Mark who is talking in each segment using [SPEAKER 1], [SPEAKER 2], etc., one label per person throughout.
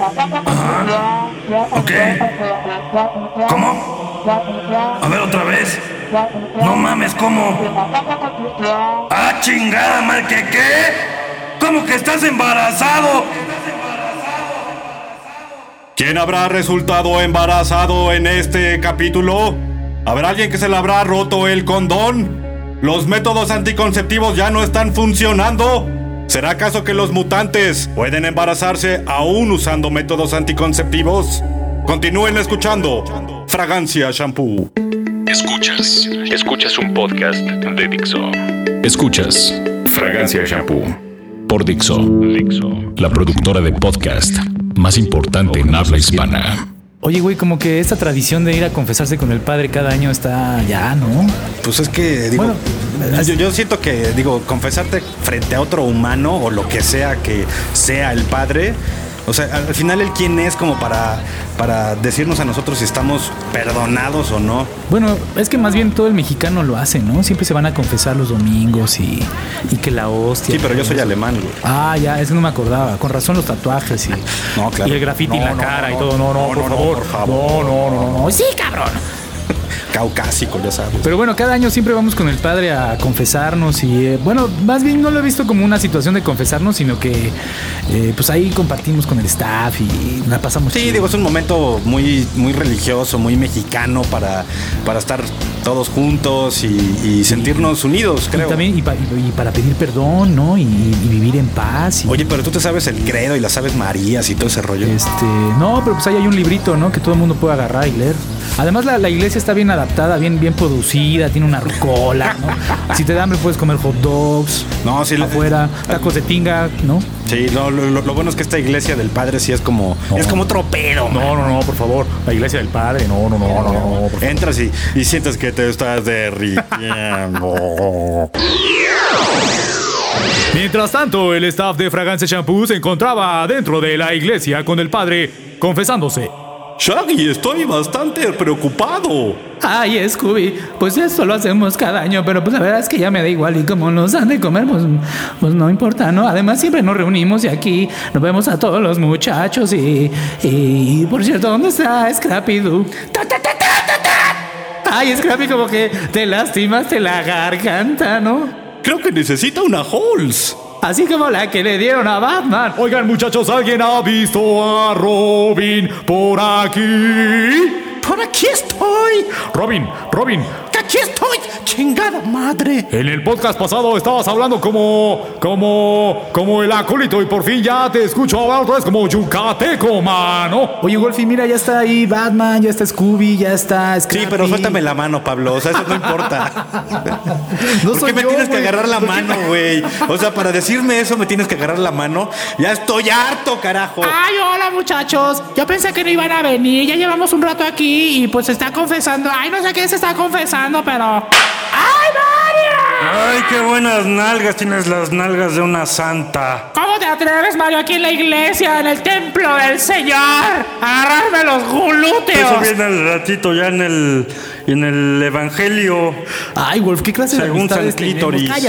[SPEAKER 1] Ajá. Ok.
[SPEAKER 2] ¿Cómo?
[SPEAKER 1] A ver otra vez.
[SPEAKER 2] No mames, ¿cómo?
[SPEAKER 1] ¡Ah, chingada, mal que qué! ¿Cómo que estás embarazado?
[SPEAKER 3] ¿Quién habrá resultado embarazado en este capítulo? ¿Habrá alguien que se le habrá roto el condón? ¿Los métodos anticonceptivos ya no están funcionando? ¿Será acaso que los mutantes pueden embarazarse aún usando métodos anticonceptivos? Continúen escuchando Fragancia Shampoo.
[SPEAKER 4] Escuchas, escuchas un podcast de Dixo. Escuchas Fragancia Shampoo por Dixo, la productora de podcast más importante en habla hispana.
[SPEAKER 5] Oye, güey, como que esta tradición de ir a confesarse con el padre cada año está ya, ¿no?
[SPEAKER 2] Pues es que, digo, eh,
[SPEAKER 5] Bueno, es-
[SPEAKER 2] yo, yo siento que, digo, confesarte frente a otro humano o lo que sea que sea el padre, o sea, al final el quién es como para, para decirnos a nosotros si estamos perdonados o no.
[SPEAKER 5] Bueno, es que más bien todo el mexicano lo hace, ¿no? Siempre se van a confesar los domingos y, y que la hostia.
[SPEAKER 2] Sí, pero yo soy alemán, güey.
[SPEAKER 5] Ah, ya, eso no me acordaba. Con razón los tatuajes y,
[SPEAKER 2] No, claro.
[SPEAKER 5] y el grafiti en
[SPEAKER 2] No,
[SPEAKER 5] la
[SPEAKER 2] no,
[SPEAKER 5] cara
[SPEAKER 2] no,
[SPEAKER 5] y todo. No, no,
[SPEAKER 2] no,
[SPEAKER 5] por,
[SPEAKER 2] no, no,
[SPEAKER 5] favor.
[SPEAKER 2] por favor.
[SPEAKER 5] No, no, no, no. Sí, cabrón.
[SPEAKER 2] Caucásico, ya sabes.
[SPEAKER 5] Pero bueno, cada año siempre vamos con el padre a confesarnos y eh, bueno, más bien no lo he visto como una situación de confesarnos, sino que eh, pues ahí compartimos con el staff y la pasamos.
[SPEAKER 2] Sí,
[SPEAKER 5] chido.
[SPEAKER 2] digo, es un momento muy, muy religioso, muy mexicano para, para estar todos juntos y, y sentirnos unidos,
[SPEAKER 5] Y
[SPEAKER 2] creo.
[SPEAKER 5] también y, pa- y- y para pedir perdón, ¿no? Y, y vivir en paz. y-
[SPEAKER 2] Oye, pero tú te sabes el credo y las sabes Marías y todo ese rollo.
[SPEAKER 5] Este, no, pero pues ahí hay un librito, ¿no? Que todo el mundo puede agarrar y leer. Además, la, la iglesia está bien adaptada, bien, bien producida, tiene una rucola, ¿no? Si te da hambre, puedes comer hot dogs.
[SPEAKER 2] No, sí, la-
[SPEAKER 5] Afuera, tacos de tinga, ¿no?
[SPEAKER 2] Sí, lo, lo- lo- lo bueno es que esta iglesia del padre sí es como.
[SPEAKER 5] No.
[SPEAKER 2] Es como otro pedo, man.
[SPEAKER 5] no, no, por favor. La iglesia del padre, no, no, no, no, no.
[SPEAKER 2] Entras y, y sientes que te estás derritiendo.
[SPEAKER 5] Mientras tanto, el staff de Fragancia Shampoo se encontraba dentro de la iglesia con el padre, confesándose.
[SPEAKER 3] Shaggy, estoy bastante preocupado.
[SPEAKER 5] Ay, Scooby, pues eso lo hacemos cada año, pero pues la verdad es que ya me da igual y como nos dan de comer, pues, pues no importa, ¿no? Además siempre nos reunimos y aquí nos vemos a todos los muchachos y, y por cierto, ¿dónde está Scrappy Doo? ¡Ta, ta, ta, ta, ta, ta! Ay, Scrappy, como que te lastimaste la garganta, ¿no?
[SPEAKER 3] Creo que necesita una Halls.
[SPEAKER 5] Así como la que le dieron a Batman.
[SPEAKER 3] Oigan, muchachos, ¿alguien ha visto a Robin por aquí?
[SPEAKER 2] ¡Por aquí estoy!
[SPEAKER 3] Robin, Robin,
[SPEAKER 2] ¡Aquí estoy! ¡Chingada madre!
[SPEAKER 3] en el podcast pasado estabas hablando como. como. como el acólito y por fin ya te escucho hablar otra vez como yucateco, mano.
[SPEAKER 5] Oye, Wolfie, mira, ya está ahí Batman, ya está Scooby, ya está Scrappy.
[SPEAKER 2] Sí, pero suéltame la mano, Pablo. O sea, eso no importa.
[SPEAKER 5] No
[SPEAKER 2] ¿Por
[SPEAKER 5] soy
[SPEAKER 2] qué me
[SPEAKER 5] yo,
[SPEAKER 2] tienes que
[SPEAKER 5] güey.
[SPEAKER 2] agarrar la
[SPEAKER 5] ¿Por qué?
[SPEAKER 2] mano, güey? O sea, para decirme eso me tienes que agarrar la mano. Ya estoy harto, carajo.
[SPEAKER 6] Ay, hola muchachos. Yo pensé que no iban a venir. Ya llevamos un rato aquí y pues se está confesando. Ay, no sé qué se está confesando, pero. ¡Ay, Mario!
[SPEAKER 7] Ay, qué buenas nalgas tienes las nalgas de una santa.
[SPEAKER 6] ¿Cómo te atreves, Mario, aquí en la iglesia, en el templo del Señor? Agarrarme los
[SPEAKER 3] Pues,
[SPEAKER 7] Eso
[SPEAKER 6] glúteos.
[SPEAKER 7] viene al ratito ya en el en el evangelio.
[SPEAKER 5] Ay, Wolf, ¿qué clase
[SPEAKER 7] Según
[SPEAKER 5] de amistades
[SPEAKER 7] San Clítoris.
[SPEAKER 5] tenemos?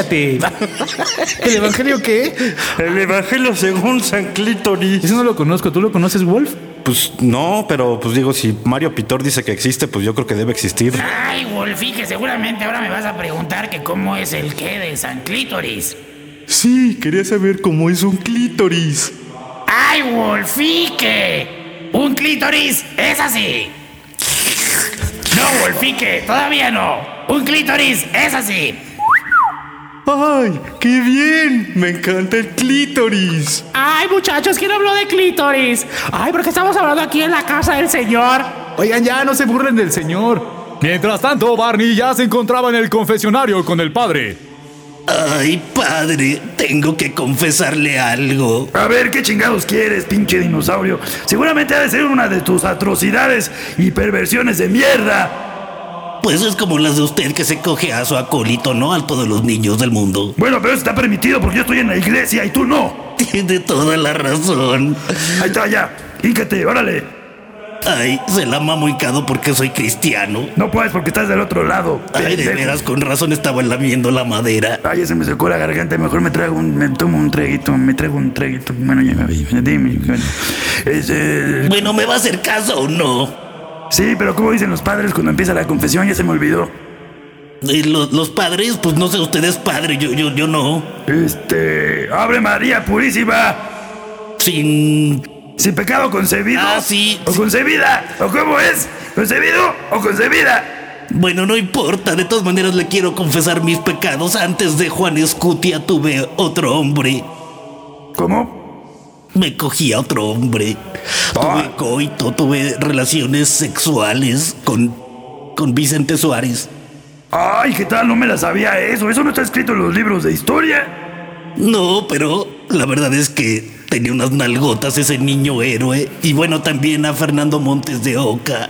[SPEAKER 5] Cállate. ¿El evangelio qué?
[SPEAKER 7] El evangelio según San Clítoris.
[SPEAKER 5] Ese no lo conozco. ¿Tú lo conoces, Wolf?
[SPEAKER 2] Pues no, pero pues digo, si Mario Pitor dice que existe, pues yo creo que debe existir.
[SPEAKER 8] Ay, Wolfie, que seguramente ahora me vas a preguntar que cómo es el qué del San Clítoris.
[SPEAKER 3] Sí, quería saber cómo es un clítoris.
[SPEAKER 8] Ay, Wolfie, que un clítoris es así. No, Wolfie, que todavía no. Un clítoris es así.
[SPEAKER 3] ¡Ay, qué bien! Me encanta el clítoris.
[SPEAKER 6] Ay, muchachos, ¿quién habló de clítoris? Ay, porque estamos hablando aquí en la casa del Señor.
[SPEAKER 5] Oigan, ya no se burlen del señor.
[SPEAKER 3] Mientras tanto, Barney ya se encontraba en el confesionario con el padre.
[SPEAKER 9] Ay, padre, tengo que confesarle algo.
[SPEAKER 7] A ver qué chingados quieres, pinche dinosaurio. Seguramente ha de ser una de tus atrocidades y perversiones de mierda.
[SPEAKER 9] Pues es como las de usted que se coge a su acólito, ¿no? A todos los niños del mundo.
[SPEAKER 7] Bueno, pero eso está permitido porque yo estoy en la iglesia y tú no.
[SPEAKER 9] Tiene toda la razón.
[SPEAKER 7] Ahí está ya. Híncate, órale.
[SPEAKER 10] Ay, se la mamo hincado porque soy cristiano.
[SPEAKER 7] No puedes porque estás del otro lado.
[SPEAKER 10] Ay, de
[SPEAKER 7] Pendejo.
[SPEAKER 10] veras, con razón estaba lamiendo la madera.
[SPEAKER 7] Ay, ya se me secó la garganta. Mejor me traigo un, me tomo un traguito, me traigo un traguito. Bueno, ya me dime. bueno. Este,
[SPEAKER 10] Bueno, ¿me va a hacer caso o no?
[SPEAKER 7] sí, pero como dicen los padres cuando empieza la confesión, ya se me olvidó.
[SPEAKER 10] Eh, lo- los padres, pues no sé, usted es padre, yo, yo, yo no.
[SPEAKER 7] Este, abre María Purísima,
[SPEAKER 10] Sin.
[SPEAKER 7] sin pecado concebido.
[SPEAKER 10] Ah, sí,
[SPEAKER 7] O
[SPEAKER 10] sí.
[SPEAKER 7] concebida, o cómo es, concebido o concebida.
[SPEAKER 10] Bueno, no importa, de todas maneras le quiero confesar mis pecados. Antes de Juan Escutia tuve otro hombre.
[SPEAKER 7] ¿Cómo?
[SPEAKER 10] Me cogí a otro hombre. Tuve coito, tuve relaciones sexuales con, con Vicente Suárez.
[SPEAKER 7] Ay, ¿qué tal? No me la sabía eso. Eso no está escrito en los libros de historia.
[SPEAKER 10] No, pero la verdad es que tenía unas nalgotas ese niño héroe. Y bueno, también a Fernando Montes de Oca.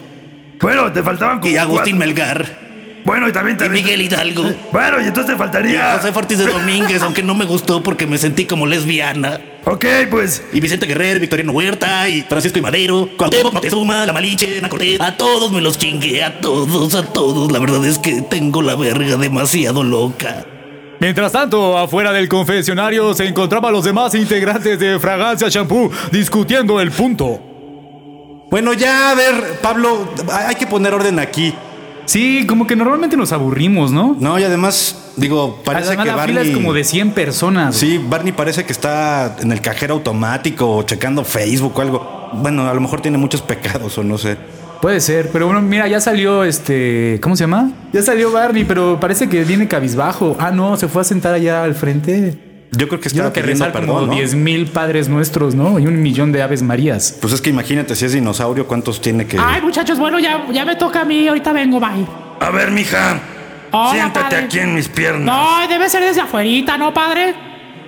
[SPEAKER 7] Bueno, te faltaban como
[SPEAKER 10] Y a Agustín
[SPEAKER 7] cuatro.
[SPEAKER 10] Melgar.
[SPEAKER 7] Bueno, y también
[SPEAKER 10] Y
[SPEAKER 7] también-
[SPEAKER 10] Miguel Hidalgo.
[SPEAKER 7] Bueno, y entonces te
[SPEAKER 10] Y a
[SPEAKER 7] faltaría.
[SPEAKER 10] José Ortiz de Domínguez, aunque no me gustó porque me sentí como lesbiana.
[SPEAKER 7] Ok, pues.
[SPEAKER 10] Y Vicente Guerrero, Victoriano Huerta, y Francisco y Madero, Cuauhtémoc, Moctezuma, La Maliche, Ana Cortés. A todos me los chingué, a todos, a todos. La verdad es que tengo la verga demasiado loca.
[SPEAKER 11] Mientras tanto, afuera del confesionario se encontraban los demás integrantes de Fragancia Shampoo discutiendo el punto.
[SPEAKER 2] Bueno, ya, a ver, Pablo, hay que poner orden aquí.
[SPEAKER 5] Sí, como que normalmente nos aburrimos, ¿no?
[SPEAKER 2] No, y además, digo, parece
[SPEAKER 5] Además,
[SPEAKER 2] que
[SPEAKER 5] la
[SPEAKER 2] Barney...
[SPEAKER 5] fila es como de 100 personas.
[SPEAKER 2] Sí, Barney parece que está en el cajero automático o checando Facebook o algo. Bueno, a lo mejor tiene muchos pecados o no sé.
[SPEAKER 5] Puede ser, pero bueno, mira, ya salió este. ¿Cómo se llama? Ya salió Barney, pero parece que viene cabizbajo. Ah, no, se fue a sentar allá al frente.
[SPEAKER 2] Yo creo que
[SPEAKER 5] Yo
[SPEAKER 2] está
[SPEAKER 5] creo que
[SPEAKER 2] pidiendo
[SPEAKER 5] rezar
[SPEAKER 2] perdón,
[SPEAKER 5] como
[SPEAKER 2] ¿no?
[SPEAKER 5] 10 mil padres nuestros, ¿no? Y un millón de aves marías.
[SPEAKER 2] Pues es que imagínate si es dinosaurio, ¿cuántos tiene
[SPEAKER 5] Ah,
[SPEAKER 2] que...?
[SPEAKER 6] Ay, muchachos, bueno, ya, ya me toca a mí. Ahorita vengo, bye.
[SPEAKER 7] A ver, mija.
[SPEAKER 6] Hola,
[SPEAKER 7] siéntate
[SPEAKER 6] padre.
[SPEAKER 7] aquí en mis piernas.
[SPEAKER 6] No, debe ser desde afuerita, ¿no, padre?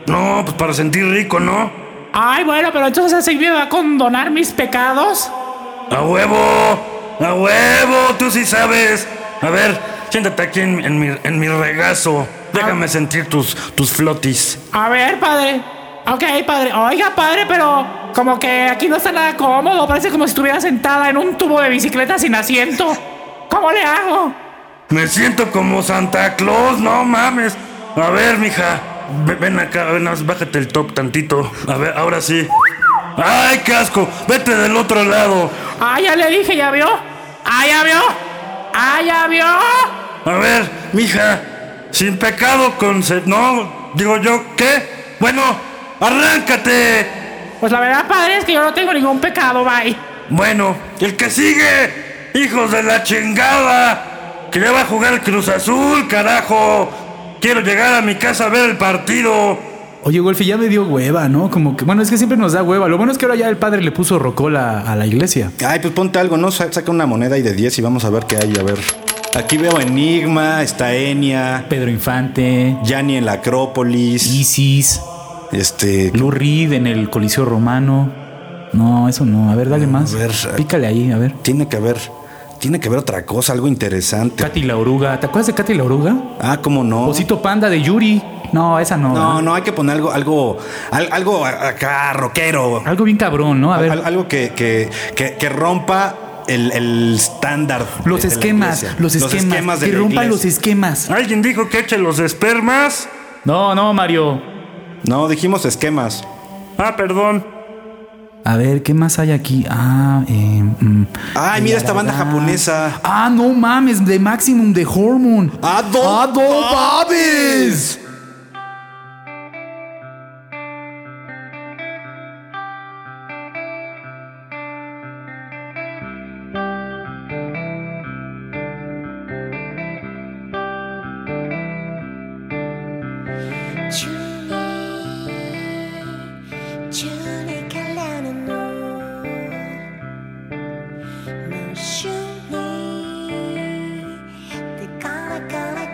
[SPEAKER 7] No. pues para sentir rico, ¿no?
[SPEAKER 6] Ay, bueno, pero entonces así me va a condonar mis pecados.
[SPEAKER 7] ¡A huevo! ¡A huevo! Tú sí sabes. A ver, siéntate aquí en, en mi, en mi regazo. Déjame
[SPEAKER 6] Ah.
[SPEAKER 7] sentir tus, tus flotis.
[SPEAKER 6] A ver, padre. Ok, padre. Oiga, padre, pero como que aquí no está nada cómodo. Parece como si estuviera sentada en un tubo de bicicleta sin asiento. ¿Cómo le hago?
[SPEAKER 7] Me siento como Santa Claus, no mames. A ver, mija. ve- Ven acá, ven, nada más bájate el top tantito. A ver, ahora sí. ¡Ay, qué asco! ¡Vete del otro lado!
[SPEAKER 6] Ah, ya le dije, ¿ya vio? Ah, ya vio. Ah, ya vio.
[SPEAKER 7] A ver, mija, sin pecado con... No, digo yo, ¿qué? Bueno, arráncate.
[SPEAKER 6] Pues la verdad, padre, es que yo no tengo ningún pecado, bye.
[SPEAKER 7] Bueno, el que sigue, hijos de la chingada, que ya va a jugar el Cruz Azul, carajo. Quiero llegar a mi casa a ver el partido.
[SPEAKER 5] Oye, Wolfie, ya me dio hueva, ¿no? Como que, bueno, es que siempre nos da hueva. Lo bueno es que ahora ya el padre le puso rocola a la iglesia.
[SPEAKER 2] Ay, pues ponte algo, ¿no? Sa- Saca una moneda y de 10 y vamos a ver qué hay, a ver. Aquí veo Enigma, está Enya,
[SPEAKER 5] Pedro Infante,
[SPEAKER 2] Yanni en la Acrópolis,
[SPEAKER 5] Isis,
[SPEAKER 2] este...
[SPEAKER 5] Lou Reed en el Coliseo Romano. No, eso no. A ver, dale más.
[SPEAKER 2] ver.
[SPEAKER 5] Pícale ahí, a ver.
[SPEAKER 2] Tiene que haber... Tiene que haber otra cosa, algo interesante.
[SPEAKER 5] Katy la oruga. ¿Te acuerdas de Katy la oruga?
[SPEAKER 2] Ah, ¿cómo no?
[SPEAKER 5] Osito panda de Yuri. No, esa no.
[SPEAKER 2] No,
[SPEAKER 5] ¿verdad?
[SPEAKER 2] no, hay que poner algo, algo, al- algo a- acá, rockero.
[SPEAKER 5] Algo bien cabrón, ¿no? A ver.
[SPEAKER 2] Al- algo que, que, que, que rompa el el estándar.
[SPEAKER 5] los,
[SPEAKER 2] de la
[SPEAKER 5] esquemas,
[SPEAKER 2] iglesia.
[SPEAKER 5] los esquemas,
[SPEAKER 2] de
[SPEAKER 5] que
[SPEAKER 2] la
[SPEAKER 5] rompan los
[SPEAKER 2] iglesia.
[SPEAKER 5] esquemas.
[SPEAKER 7] ¿Alguien dijo que eche los espermas?
[SPEAKER 5] No, no, Mario.
[SPEAKER 2] No, dijimos esquemas.
[SPEAKER 7] Ah, perdón.
[SPEAKER 5] A ver, ¿qué más hay aquí? Ah, eh, mm,
[SPEAKER 2] Ay,
[SPEAKER 5] eh,
[SPEAKER 2] mira
[SPEAKER 5] la,
[SPEAKER 2] esta
[SPEAKER 5] la,
[SPEAKER 2] banda
[SPEAKER 5] la.
[SPEAKER 2] japonesa.
[SPEAKER 5] Ah, no mames, de Maximum de Hormone.
[SPEAKER 2] ¡Ado!
[SPEAKER 5] ¡Ado Babes!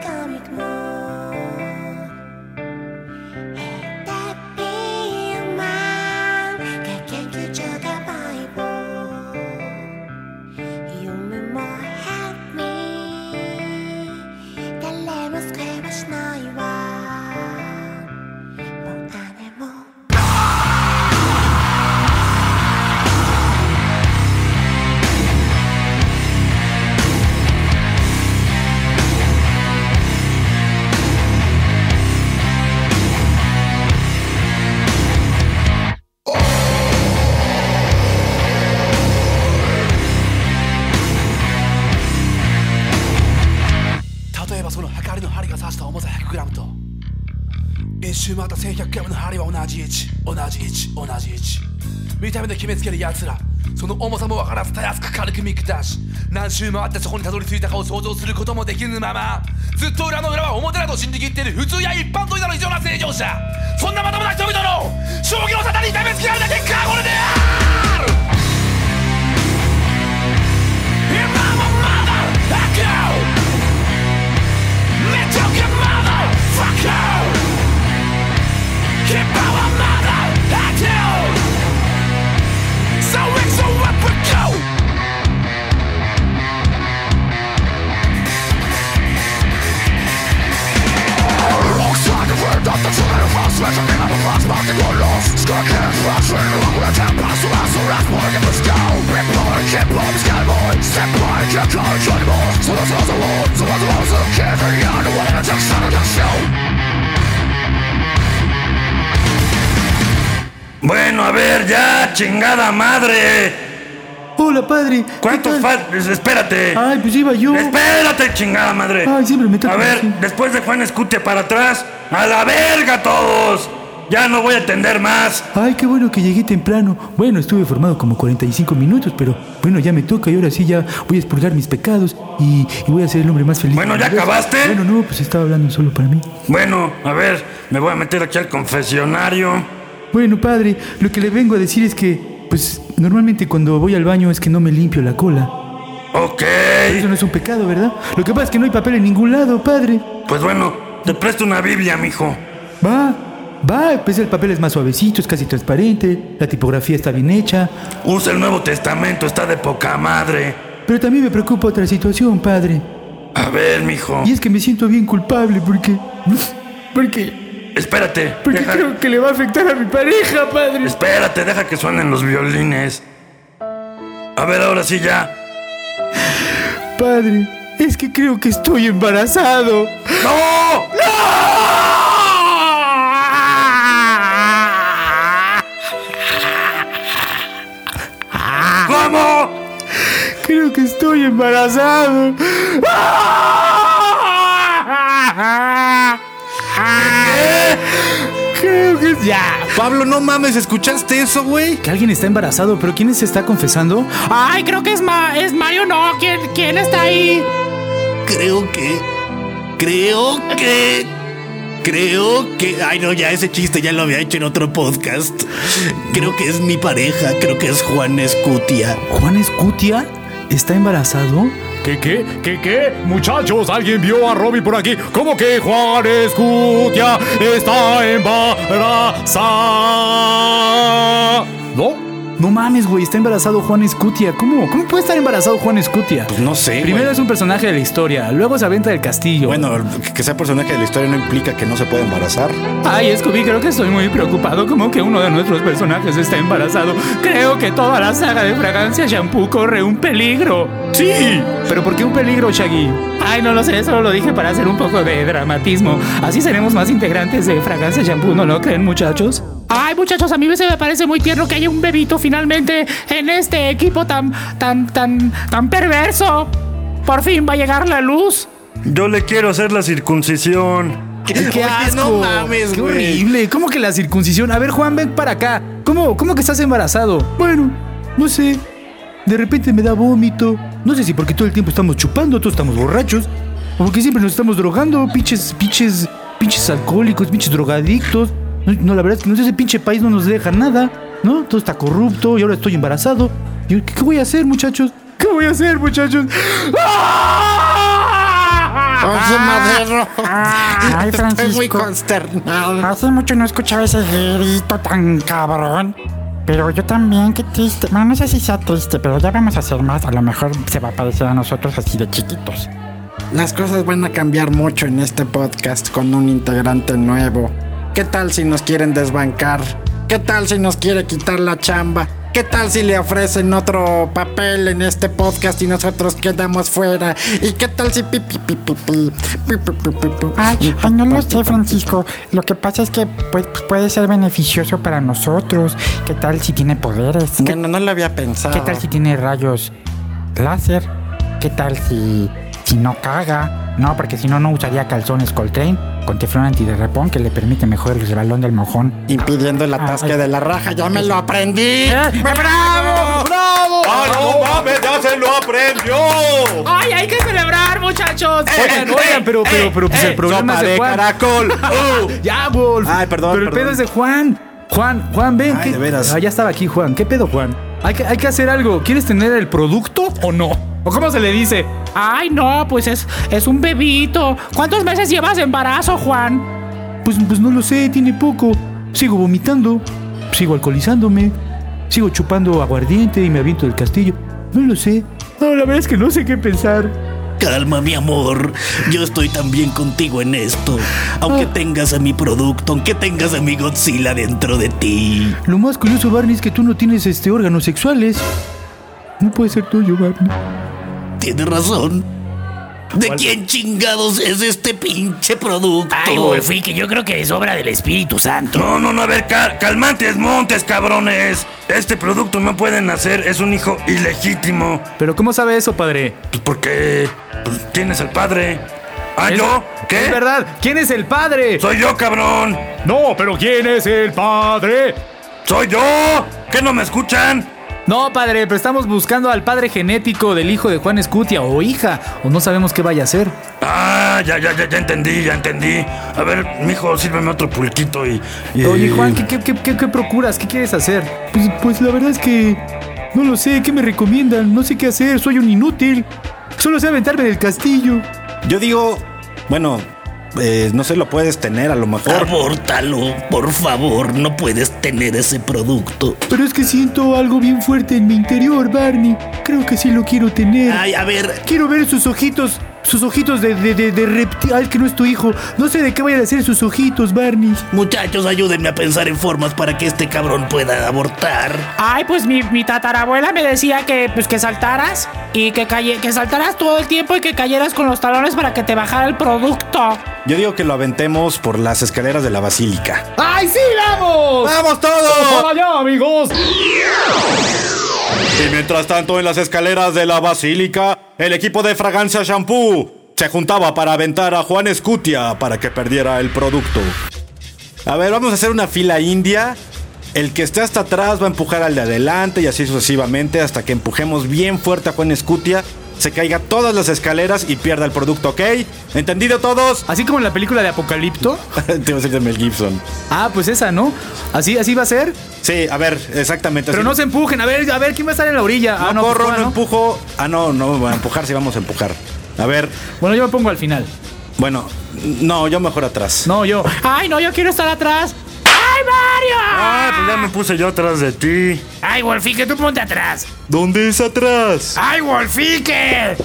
[SPEAKER 1] Comic more
[SPEAKER 12] の旗 1100g の針は同じ位置同じ位置同じ位置見た目で決めつける奴らその重さも分からずたやすく軽く見下し何周回ってそこにたどり着いたかを想像することもできぬままずっと裏の裏は表だと信じきっている普通や一般といたの異常な正常者そんなまともな人々の将棋の沙汰に痛めつけられた結果はこれである If I'm a mother, I go. Little kid mother, fuck you. Keep our mother, I do. So it's a up we go. Alongside the wind of the children of us, measured in our last market or loss. Stuck in rushing, long with ten past the last, the last morning of the sky. Rip boy, hip hop, sky boy, step boy, can't call, join the boss. So that's all the world, so that's all the kids, and you're the one that takes out of the show.
[SPEAKER 7] Bueno, a ver, ya, chingada madre.
[SPEAKER 13] Hola, padre.
[SPEAKER 7] ¿Cuántos faltan? Espérate.
[SPEAKER 2] Ah,
[SPEAKER 13] Ay, pues iba yo.
[SPEAKER 7] Espérate, chingada madre.
[SPEAKER 13] Ay, siempre me toca
[SPEAKER 7] A ver,
[SPEAKER 13] así.
[SPEAKER 7] después de Juan Escutia para atrás, a la verga todos. Ya no voy a atender más.
[SPEAKER 13] Ay, qué bueno que llegué temprano. Bueno, estuve formado como 45 minutos, pero bueno, ya me toca y ahora sí ya voy a expurgar mis pecados y, y voy a ser el hombre más feliz.
[SPEAKER 7] Bueno,
[SPEAKER 13] del
[SPEAKER 7] ¿ya
[SPEAKER 13] universo.
[SPEAKER 7] acabaste?
[SPEAKER 13] Bueno, no, pues estaba hablando solo para mí.
[SPEAKER 7] Bueno, a ver, me voy a meter aquí al confesionario.
[SPEAKER 13] Bueno, padre, lo que le vengo a decir es que, pues, normalmente cuando voy al baño es que no me limpio la cola.
[SPEAKER 7] Ok.
[SPEAKER 13] Eso no es un pecado, ¿verdad? Lo que pasa es que no hay papel en ningún lado, padre.
[SPEAKER 7] Pues bueno, te presto una Biblia, mijo.
[SPEAKER 13] Va, va, pues el papel es más suavecito, es casi transparente, la tipografía está bien hecha.
[SPEAKER 7] Usa el Nuevo Testamento, está de poca madre.
[SPEAKER 13] Pero también me preocupa otra situación, padre.
[SPEAKER 7] A ver, mijo.
[SPEAKER 13] Y es que me siento bien culpable porque... Porque...
[SPEAKER 7] Espérate.
[SPEAKER 13] Porque
[SPEAKER 7] deja-
[SPEAKER 13] creo que le va a afectar a mi pareja, padre.
[SPEAKER 7] Espérate, deja que suenen los violines. A ver, ahora sí ya.
[SPEAKER 13] Padre, es que creo que estoy embarazado.
[SPEAKER 7] ¡No! ¿Cómo?
[SPEAKER 13] Creo que estoy embarazado. Creo que ya.
[SPEAKER 2] Pablo, no mames, ¿escuchaste eso, güey?
[SPEAKER 13] Que alguien está embarazado, pero ¿quién se está confesando?
[SPEAKER 6] Ay, creo que es, Ma- es Mario, no. ¿Quién, ¿Quién está ahí?
[SPEAKER 9] Creo que. Creo que. Creo que. Ay, no, ya ese chiste ya lo había hecho en otro podcast. Creo que es mi pareja. Creo que es Juan Escutia.
[SPEAKER 13] Juan Escutia está embarazado.
[SPEAKER 11] ¿Qué, qué, qué, qué? Muchachos, ¿alguien vio a Robbie por aquí? ¿Cómo que Juan Escutia está embarazada? ¿No?
[SPEAKER 13] No mames, güey, está embarazado Juan Escutia. ¿Cómo? ¿Cómo puede estar embarazado Juan Escutia?
[SPEAKER 2] Pues no sé.
[SPEAKER 13] Primero
[SPEAKER 2] güey.
[SPEAKER 13] es un personaje de la historia, luego se aventa del castillo.
[SPEAKER 2] Bueno, que- que sea personaje de la historia no implica que no se pueda embarazar.
[SPEAKER 13] Ay, Scooby, creo que estoy muy preocupado como que uno de nuestros personajes está embarazado. Creo que toda la saga de fragancia shampoo corre un peligro.
[SPEAKER 11] Sí.
[SPEAKER 13] ¿Pero por qué un peligro, Shaggy? Ay, no lo sé, solo lo dije para hacer un poco de dramatismo. Así seremos más integrantes de fragancia shampoo, ¿no lo creen, muchachos?
[SPEAKER 6] Ay, muchachos, a mí se me parece muy tierno que haya un bebito finalmente en este equipo tan, tan, tan, tan perverso. Por fin va a llegar la luz.
[SPEAKER 7] Yo le quiero hacer la circuncisión.
[SPEAKER 13] ¡Qué,
[SPEAKER 9] Oye, no mames,
[SPEAKER 13] ¡Qué
[SPEAKER 9] güey.
[SPEAKER 13] horrible! ¿Cómo que la circuncisión? A ver, Juan, ven para acá. ¿Cómo, cómo que estás embarazado? Bueno, no sé. De repente me da vómito. No sé si porque todo el tiempo estamos chupando, todos estamos borrachos. O porque siempre nos estamos drogando, pinches, pinches, pinches alcohólicos, pinches drogadictos. No, no, la verdad es que no sé, ese pinche país no nos deja nada, ¿no? Todo está corrupto y ahora estoy embarazado. Yo, ¿Qué, qué voy a hacer, muchachos? ¿Qué voy a hacer, muchachos? ¡Ah!
[SPEAKER 14] Oye, Madero. Ay,
[SPEAKER 9] Estoy muy
[SPEAKER 14] Francisco.
[SPEAKER 9] consternado.
[SPEAKER 14] Hace mucho no escuchaba ese grito tan cabrón. Pero yo también, qué triste. Bueno, no sé si sea triste, pero ya vamos a hacer más. A lo mejor se va a parecer a nosotros así de chiquitos.
[SPEAKER 9] Las cosas van a cambiar mucho en este podcast con un integrante nuevo. ¿Qué tal si nos quieren desbancar? ¿Qué tal si nos quiere quitar la chamba? ¿Qué tal si le ofrecen otro papel en este podcast y nosotros quedamos fuera? ¿Y qué tal si pi, pi, pi, pi, pi, pi, pi, pi, pi, pi?
[SPEAKER 14] Ay, ay, no lo sé, Francisco. Lo que pasa es que pues, puede ser beneficioso para nosotros. ¿Qué tal si tiene poderes? ¿Qué,
[SPEAKER 9] Bueno, no lo había pensado.
[SPEAKER 14] qué tal si tiene rayos láser? ¿Qué tal si, si no caga? No, porque si no, no usaría calzones Coltrane con teflón antiderrapón que le permite mejor el balón del mojón.
[SPEAKER 9] Impidiendo el atasque de la raja. ¡Ya me lo aprendí!
[SPEAKER 14] ¡Bravo!
[SPEAKER 9] ¡Bravo!
[SPEAKER 3] ¡Ah, no mames! ¡Ya se lo aprendió!
[SPEAKER 6] ¡Ay, hay que celebrar, muchachos!
[SPEAKER 13] Oigan, oigan, pero, pero, pero,
[SPEAKER 3] Eh,
[SPEAKER 13] pues el problema
[SPEAKER 2] sopa
[SPEAKER 13] es de
[SPEAKER 2] de
[SPEAKER 13] Juan.
[SPEAKER 2] caracol.
[SPEAKER 13] ya, Wolf.
[SPEAKER 2] Ay, perdón,
[SPEAKER 13] Pero el
[SPEAKER 2] perdón.
[SPEAKER 13] pedo es de Juan. Juan, Juan, ven.
[SPEAKER 2] Ay,
[SPEAKER 13] ¿qué-
[SPEAKER 2] de veras.
[SPEAKER 13] Ah, ya estaba aquí, Juan. ¿Qué pedo, Juan? Hay que, hay que hacer algo. ¿Quieres tener el producto o no? ¿O cómo se le dice?
[SPEAKER 6] Ay, no, pues es, es un bebito. ¿Cuántos meses llevas de embarazo, Juan?
[SPEAKER 13] Pues, pues no lo sé, tiene poco. Sigo vomitando, sigo alcoholizándome, sigo chupando aguardiente y me aviento del castillo. No lo sé. No, la verdad es que no sé qué pensar.
[SPEAKER 10] Calma, mi amor. Yo estoy también contigo en esto. Aunque
[SPEAKER 8] Ah.
[SPEAKER 10] tengas a mi producto, aunque tengas a mi Godzilla dentro de ti.
[SPEAKER 13] Lo más curioso, Barney, es que tú no tienes este órganos sexuales. No puede ser tuyo, Barney.
[SPEAKER 10] Tienes razón. ¿De quién chingados es este pinche producto?
[SPEAKER 8] Ay, Wolfique, yo creo que es obra del Espíritu Santo.
[SPEAKER 7] No, no, no, a ver, cal- calmantes, montes, cabrones. Este producto no pueden hacer, es un hijo ilegítimo.
[SPEAKER 13] ¿Pero cómo sabe eso, padre?
[SPEAKER 7] Pues porque pues, ¿quién es el padre? ¿Ah,
[SPEAKER 13] Es-
[SPEAKER 7] yo? ¿Qué?
[SPEAKER 13] Es verdad. ¿Quién es el padre?
[SPEAKER 7] Soy yo, cabrón.
[SPEAKER 13] No, pero ¿quién es el padre?
[SPEAKER 7] ¡Soy yo! ¿Qué no me escuchan?
[SPEAKER 13] No, padre, pero estamos buscando al padre genético del hijo de Juan Escutia o hija, o no sabemos qué vaya a ser.
[SPEAKER 7] Ah, ya, ya, ya, ya entendí, ya entendí. A ver, mijo, sírveme otro pulquito y. y-
[SPEAKER 13] Oye, Juan, ¿qué, qué, qué, qué- qué procuras? ¿Qué quieres hacer? Pues, pues la verdad es que no lo sé, ¿qué me recomiendan? No sé qué hacer, soy un inútil. Solo sé aventarme del castillo.
[SPEAKER 2] Yo digo, bueno, eh, no sé, lo puedes tener a lo mejor.
[SPEAKER 10] Abórtalo, por favor. No puedes tener ese producto.
[SPEAKER 13] Pero es que siento algo bien fuerte en mi interior, Barney. Creo que sí lo quiero tener.
[SPEAKER 10] Ay, a ver.
[SPEAKER 13] Quiero ver sus ojitos, sus ojitos de, de, de, de reptil. Ay, que no es tu hijo. No sé de qué vayan a ser sus ojitos, Barney.
[SPEAKER 10] Muchachos, ayúdenme a pensar en formas para que este cabrón pueda abortar.
[SPEAKER 6] Ay, pues mi, mi tatarabuela me decía que, pues, que saltaras y que, calle, que saltaras todo el tiempo y que cayeras con los talones para que te bajara el producto.
[SPEAKER 2] Yo digo que lo aventemos por las escaleras de la basílica.
[SPEAKER 13] ¡Ay, sí, vamos!
[SPEAKER 2] ¡Vamos todos!
[SPEAKER 13] ¡Para allá, amigos!
[SPEAKER 3] Y mientras tanto, en las escaleras de la basílica, el equipo de Fragancia Shampoo se juntaba para aventar a Juan Escutia para que perdiera el producto.
[SPEAKER 2] A ver, vamos a hacer una fila india. El que esté hasta atrás va a empujar al de adelante y así sucesivamente hasta que empujemos bien fuerte a Juan Escutia, se caiga todas las escaleras y pierda el producto, ¿ok? ¿Entendido todos?
[SPEAKER 13] Así como en la película de Apocalipto.
[SPEAKER 2] Te iba a decir de Mel Gibson.
[SPEAKER 13] Ah, pues esa, ¿no? Así, así va a ser.
[SPEAKER 2] Sí, a ver, exactamente.
[SPEAKER 13] Pero
[SPEAKER 2] así.
[SPEAKER 13] no se empujen. A ver, a ver, ¿quién va a estar en la orilla?
[SPEAKER 2] No
[SPEAKER 13] ah, no,
[SPEAKER 2] corro,
[SPEAKER 13] pues,
[SPEAKER 2] no,
[SPEAKER 13] Juan,
[SPEAKER 2] empujo. Ah, no, no, va a empujar, sí vamos a empujar. A ver,
[SPEAKER 13] Bueno, yo me pongo al final.
[SPEAKER 2] bueno, no, yo mejor atrás.
[SPEAKER 13] No, yo.
[SPEAKER 6] Ay, no, yo quiero estar atrás. ¡Ay, Mario!
[SPEAKER 7] Ah, pues ya me puse yo atrás de ti.
[SPEAKER 8] Ay, Wolfique, tú ponte atrás.
[SPEAKER 3] ¿Dónde es atrás?
[SPEAKER 8] Ay, Wolfique.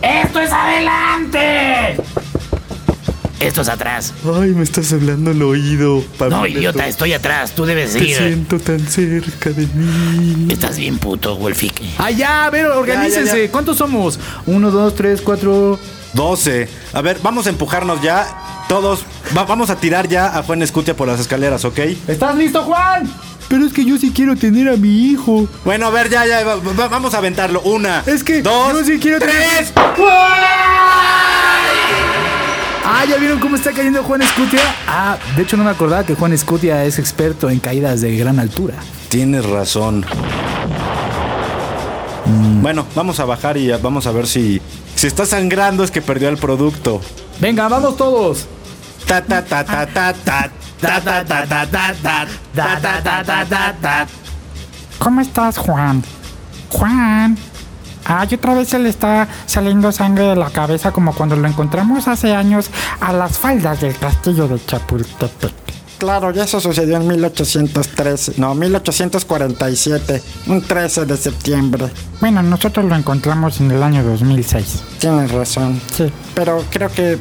[SPEAKER 8] Esto es adelante. Esto es atrás.
[SPEAKER 15] Ay, me estás hablando al oído, Pablo.
[SPEAKER 8] No, idiota, estoy atrás. Tú debes
[SPEAKER 15] Te
[SPEAKER 8] ir.
[SPEAKER 15] siento tan cerca de mí.
[SPEAKER 8] Estás bien puto, Wolfique.
[SPEAKER 13] Allá, Ah, a ver, organícense.
[SPEAKER 2] Ya, ya, ya.
[SPEAKER 13] ¿Cuántos somos? Uno, dos, tres, cuatro.
[SPEAKER 2] 12. A ver, vamos a empujarnos ya. Todos, va- vamos a tirar ya a Juan Escutia por las escaleras, ¿ok?
[SPEAKER 13] ¿Estás listo, Juan? Pero es que yo sí quiero tener a mi hijo.
[SPEAKER 2] Bueno, a ver, ya, ya, va- va- vamos a aventarlo. Una,
[SPEAKER 13] Es que
[SPEAKER 2] dos,
[SPEAKER 13] yo sí quiero
[SPEAKER 2] tres.
[SPEAKER 13] Ah, ¿ya vieron cómo está cayendo Juan Escutia? Ah, de hecho no me acordaba que Juan Escutia es experto en caídas de gran altura.
[SPEAKER 2] Tienes razón.
[SPEAKER 16] Mm.
[SPEAKER 2] Bueno, vamos a bajar y vamos a ver si. Si está sangrando es que perdió el producto.
[SPEAKER 13] Venga, vamos todos.
[SPEAKER 2] Ta ta ta
[SPEAKER 16] Ah.
[SPEAKER 2] ta ta ta ta ta ta ta ta ta ta ta ta ta ta ta.
[SPEAKER 14] ¿Cómo estás, Juan? Juan. Ay, otra vez se le está saliendo sangre de la cabeza como cuando lo encontramos hace años a las faldas del castillo de Chapultepec.
[SPEAKER 9] Claro, y eso sucedió en 1813, no, 1847, un 13 de septiembre.
[SPEAKER 14] Bueno, nosotros lo encontramos en el año 2006.
[SPEAKER 9] Tienes razón.
[SPEAKER 14] Sí.
[SPEAKER 9] Pero creo que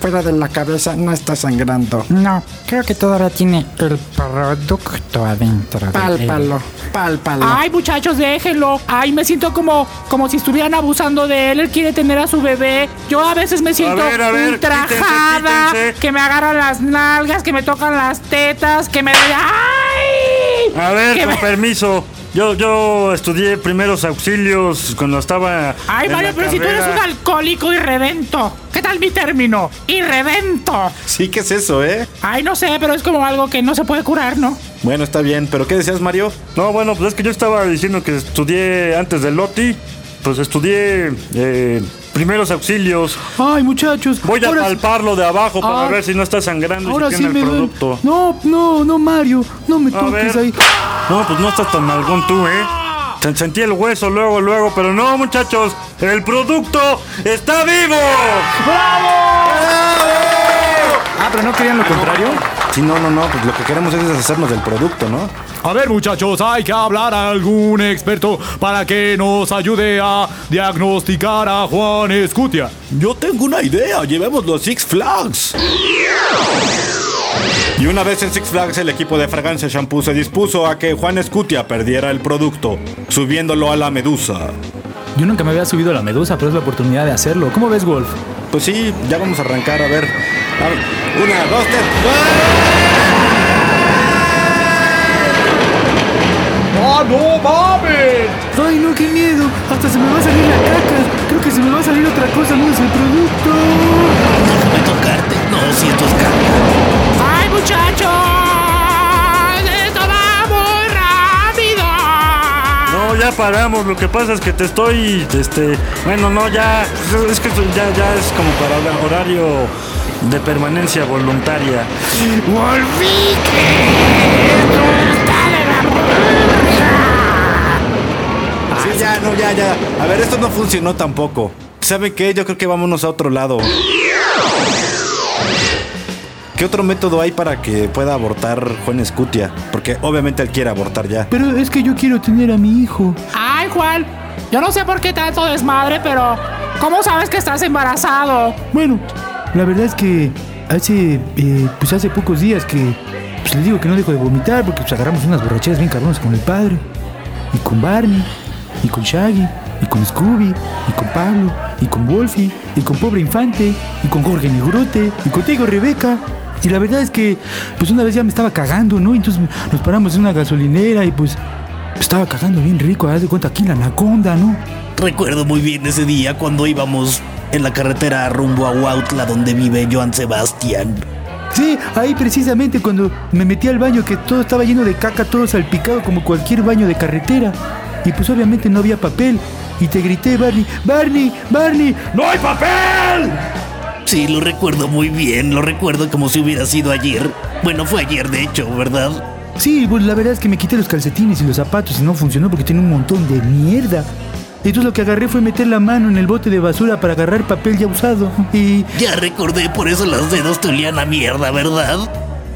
[SPEAKER 9] fuera de la cabeza no está sangrando.
[SPEAKER 14] No, creo que todavía tiene el producto adentro. de
[SPEAKER 9] Pálpalo,
[SPEAKER 14] él.
[SPEAKER 9] pálpalo.
[SPEAKER 6] Ay, muchachos, déjenlo. Ay, me siento como, como si estuvieran abusando de él. Él quiere tener a su bebé. Yo a veces me siento
[SPEAKER 7] ver, a ver,
[SPEAKER 6] ultrajada,
[SPEAKER 7] quítense, quítense.
[SPEAKER 6] que me agarran las nalgas, que me tocan las tetas, que me. ¡Ay!
[SPEAKER 7] A ver,
[SPEAKER 6] que
[SPEAKER 7] con
[SPEAKER 6] me-
[SPEAKER 7] permiso. Yo, yo estudié primeros auxilios cuando estaba.
[SPEAKER 6] Ay,
[SPEAKER 7] en
[SPEAKER 6] Mario,
[SPEAKER 7] la
[SPEAKER 6] pero si tú eres
[SPEAKER 7] carrera.
[SPEAKER 6] un alcohólico irredento. ¿Qué tal mi término? Irredento.
[SPEAKER 2] Sí, ¿qué es eso, eh?
[SPEAKER 6] Ay, no sé, pero es como algo que no se puede curar, ¿no?
[SPEAKER 2] Bueno, está bien, pero ¿qué decías, Mario?
[SPEAKER 7] No, bueno, pues es que yo estaba diciendo que estudié antes del Loti. Pues estudié eh, primeros auxilios.
[SPEAKER 13] Ay, muchachos.
[SPEAKER 7] Voy a
[SPEAKER 13] ahora-
[SPEAKER 7] palparlo de abajo para
[SPEAKER 13] Ah.
[SPEAKER 7] ver si no está sangrando y
[SPEAKER 13] Ahora
[SPEAKER 7] si
[SPEAKER 13] sí
[SPEAKER 7] tiene
[SPEAKER 13] me
[SPEAKER 7] el
[SPEAKER 13] duele.
[SPEAKER 7] producto.
[SPEAKER 13] No, no, no, Mario. No me
[SPEAKER 7] A
[SPEAKER 13] toques
[SPEAKER 7] ver.
[SPEAKER 13] ahí.
[SPEAKER 7] No, pues no estás tan malgón tú, ¿eh? Te sentí el hueso luego, luego, pero no, muchachos. El producto está vivo.
[SPEAKER 2] Ah, pero no querían lo contrario. Sí, no, no, no, pues lo que queremos es deshacernos del producto, ¿no?
[SPEAKER 11] A ver, muchachos, hay que hablar a algún experto para que nos ayude a diagnosticar a Juan Escutia.
[SPEAKER 16] Yo tengo una idea, llevemos los Six Flags.
[SPEAKER 3] Y una vez en Six Flags, el equipo de Fragancia Shampoo se dispuso a que Juan Escutia perdiera el producto, subiéndolo a la medusa.
[SPEAKER 5] Yo nunca me había subido a la medusa, pero es la oportunidad de hacerlo. ¿Cómo ves, Wolf?
[SPEAKER 2] Pues sí, ya vamos a arrancar, a ver. A ver, una, dos, tres.
[SPEAKER 11] ¡Ah, no mames!
[SPEAKER 13] Ay, no, qué miedo. Hasta se me va a salir la caca. Creo que se me va a salir otra cosa, no es el producto.
[SPEAKER 10] Déjame tocarte. No, si esto es caca.
[SPEAKER 6] ¡Ay, muchachos! ¡Esto va muy rápido!
[SPEAKER 7] No, ya paramos. Lo que pasa es que te estoy, este, bueno, no, ya, es que ya, ya es como para hora- horario de permanencia voluntaria.
[SPEAKER 2] Sí, ya, no, ya, ya. A ver, esto no funcionó tampoco. ¿Saben qué? Yo creo que vámonos a otro lado. ¿Qué otro método hay para que pueda abortar Juan Escutia? Porque obviamente él quiere abortar ya.
[SPEAKER 13] Pero es que yo quiero tener a mi hijo.
[SPEAKER 6] Ay, Juan, yo no sé por qué tanto desmadre, pero ¿cómo sabes que estás embarazado?
[SPEAKER 13] Bueno, la verdad es que hace, eh, pues hace pocos días que pues, le digo que no dejo de vomitar porque pues, agarramos unas borracheras bien cabronas con el padre, y con Barney, y con Shaggy, y con Scooby, y con Pablo, y con Wolfie, y con Pobre Infante, y con Jorge Negrote, y contigo Rebeca. Y la verdad es que, pues una vez ya me estaba cagando, ¿no? Entonces nos paramos en una gasolinera y pues estaba cagando bien rico, haz de cuenta aquí en la anaconda, ¿no?
[SPEAKER 10] Recuerdo muy bien ese día cuando íbamos en la carretera rumbo a Huautla, donde vive Joan Sebastián.
[SPEAKER 13] Sí, ahí precisamente cuando me metí al baño que todo estaba lleno de caca, todo salpicado como cualquier baño de carretera. Y pues obviamente no había papel. Y te grité, Barney, Barney, Barney,
[SPEAKER 10] ¡No hay papel! Sí, lo recuerdo muy bien, lo recuerdo como si hubiera sido ayer. Bueno, fue ayer de hecho, ¿verdad?
[SPEAKER 13] Sí, pues la verdad es que me quité los calcetines y los zapatos y no funcionó porque tenía un montón de mierda. Entonces lo que agarré fue meter la mano en el bote de basura para agarrar papel ya usado. Y
[SPEAKER 10] Ya recordé, por eso los dedos te olían a mierda, ¿verdad?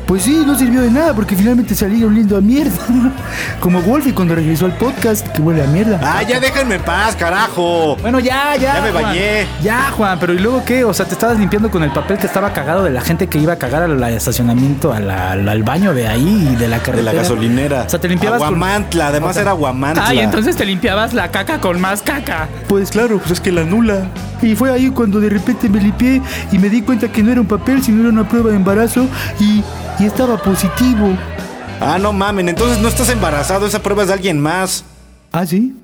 [SPEAKER 13] pues sí, no sirvió de nada porque finalmente salí oliendo a mierda. Como Wolfie cuando regresó al podcast, que huele a mierda.
[SPEAKER 2] ¡Ah, ya déjenme en paz, carajo!
[SPEAKER 13] Bueno, ya, ya.
[SPEAKER 2] Ya me
[SPEAKER 13] Juan.
[SPEAKER 2] bañé.
[SPEAKER 5] Ya, Juan, pero ¿y luego qué? O sea, te estabas limpiando con el papel que estaba cagado de la gente que iba a cagar al estacionamiento, al, al- al baño de ahí y de la
[SPEAKER 2] De
[SPEAKER 5] carretera.
[SPEAKER 2] la gasolinera.
[SPEAKER 5] O sea, te limpiabas con-
[SPEAKER 2] Aguamantla, además
[SPEAKER 5] Ok.
[SPEAKER 2] era aguamantla.
[SPEAKER 5] Ay, entonces te limpiabas la caca con más caca.
[SPEAKER 13] Pues claro, pues es que la nula. Y fue ahí cuando de repente me limpié y me di cuenta que no era un papel, sino era una prueba de embarazo y, y estaba positivo.
[SPEAKER 2] Ah, no mamen, entonces no estás embarazado, esa prueba es de alguien más.
[SPEAKER 13] ¿Ah, sí?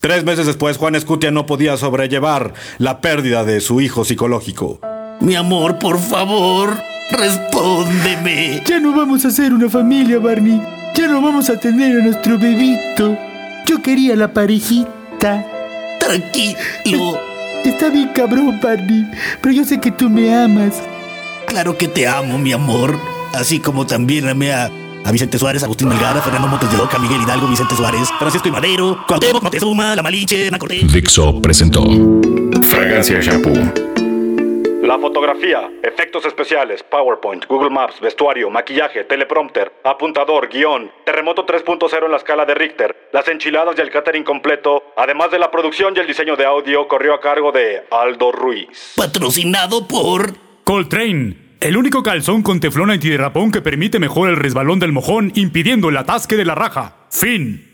[SPEAKER 3] Tres meses después, Juan Escutia no podía sobrellevar la pérdida de su hijo psicológico.
[SPEAKER 10] Mi amor, por favor, respóndeme.
[SPEAKER 13] Ya no vamos a ser una familia, Barney. Ya no vamos a tener a nuestro bebito. Yo quería la parejita.
[SPEAKER 10] Tranquilo.
[SPEAKER 13] Está bien cabrón, Barney. Pero yo sé que tú me amas.
[SPEAKER 10] Claro que te amo, mi amor. Así como también amé a, a Vicente Suárez, Agustín Melgar, a Fernando Montes de Oca, Miguel Hidalgo, Vicente Suárez, Francisco y Madero, Cuauhtémoc Moctezuma, La Malinche, Hernán Cortés.
[SPEAKER 4] Dixo presentó Fragancia Shampoo.
[SPEAKER 3] La fotografía, efectos especiales, PowerPoint, Google Maps, vestuario, maquillaje, teleprompter, apuntador, guión, terremoto 3.0 en la escala de Richter, las enchiladas y el catering completo, además de la producción y el diseño de audio, corrió a cargo de Aldo Ruiz.
[SPEAKER 10] Patrocinado por
[SPEAKER 11] Coltrane, el único calzón con teflón antiderrapón que permite mejor el resbalón del mojón, impidiendo el atasque de la raja. Fin.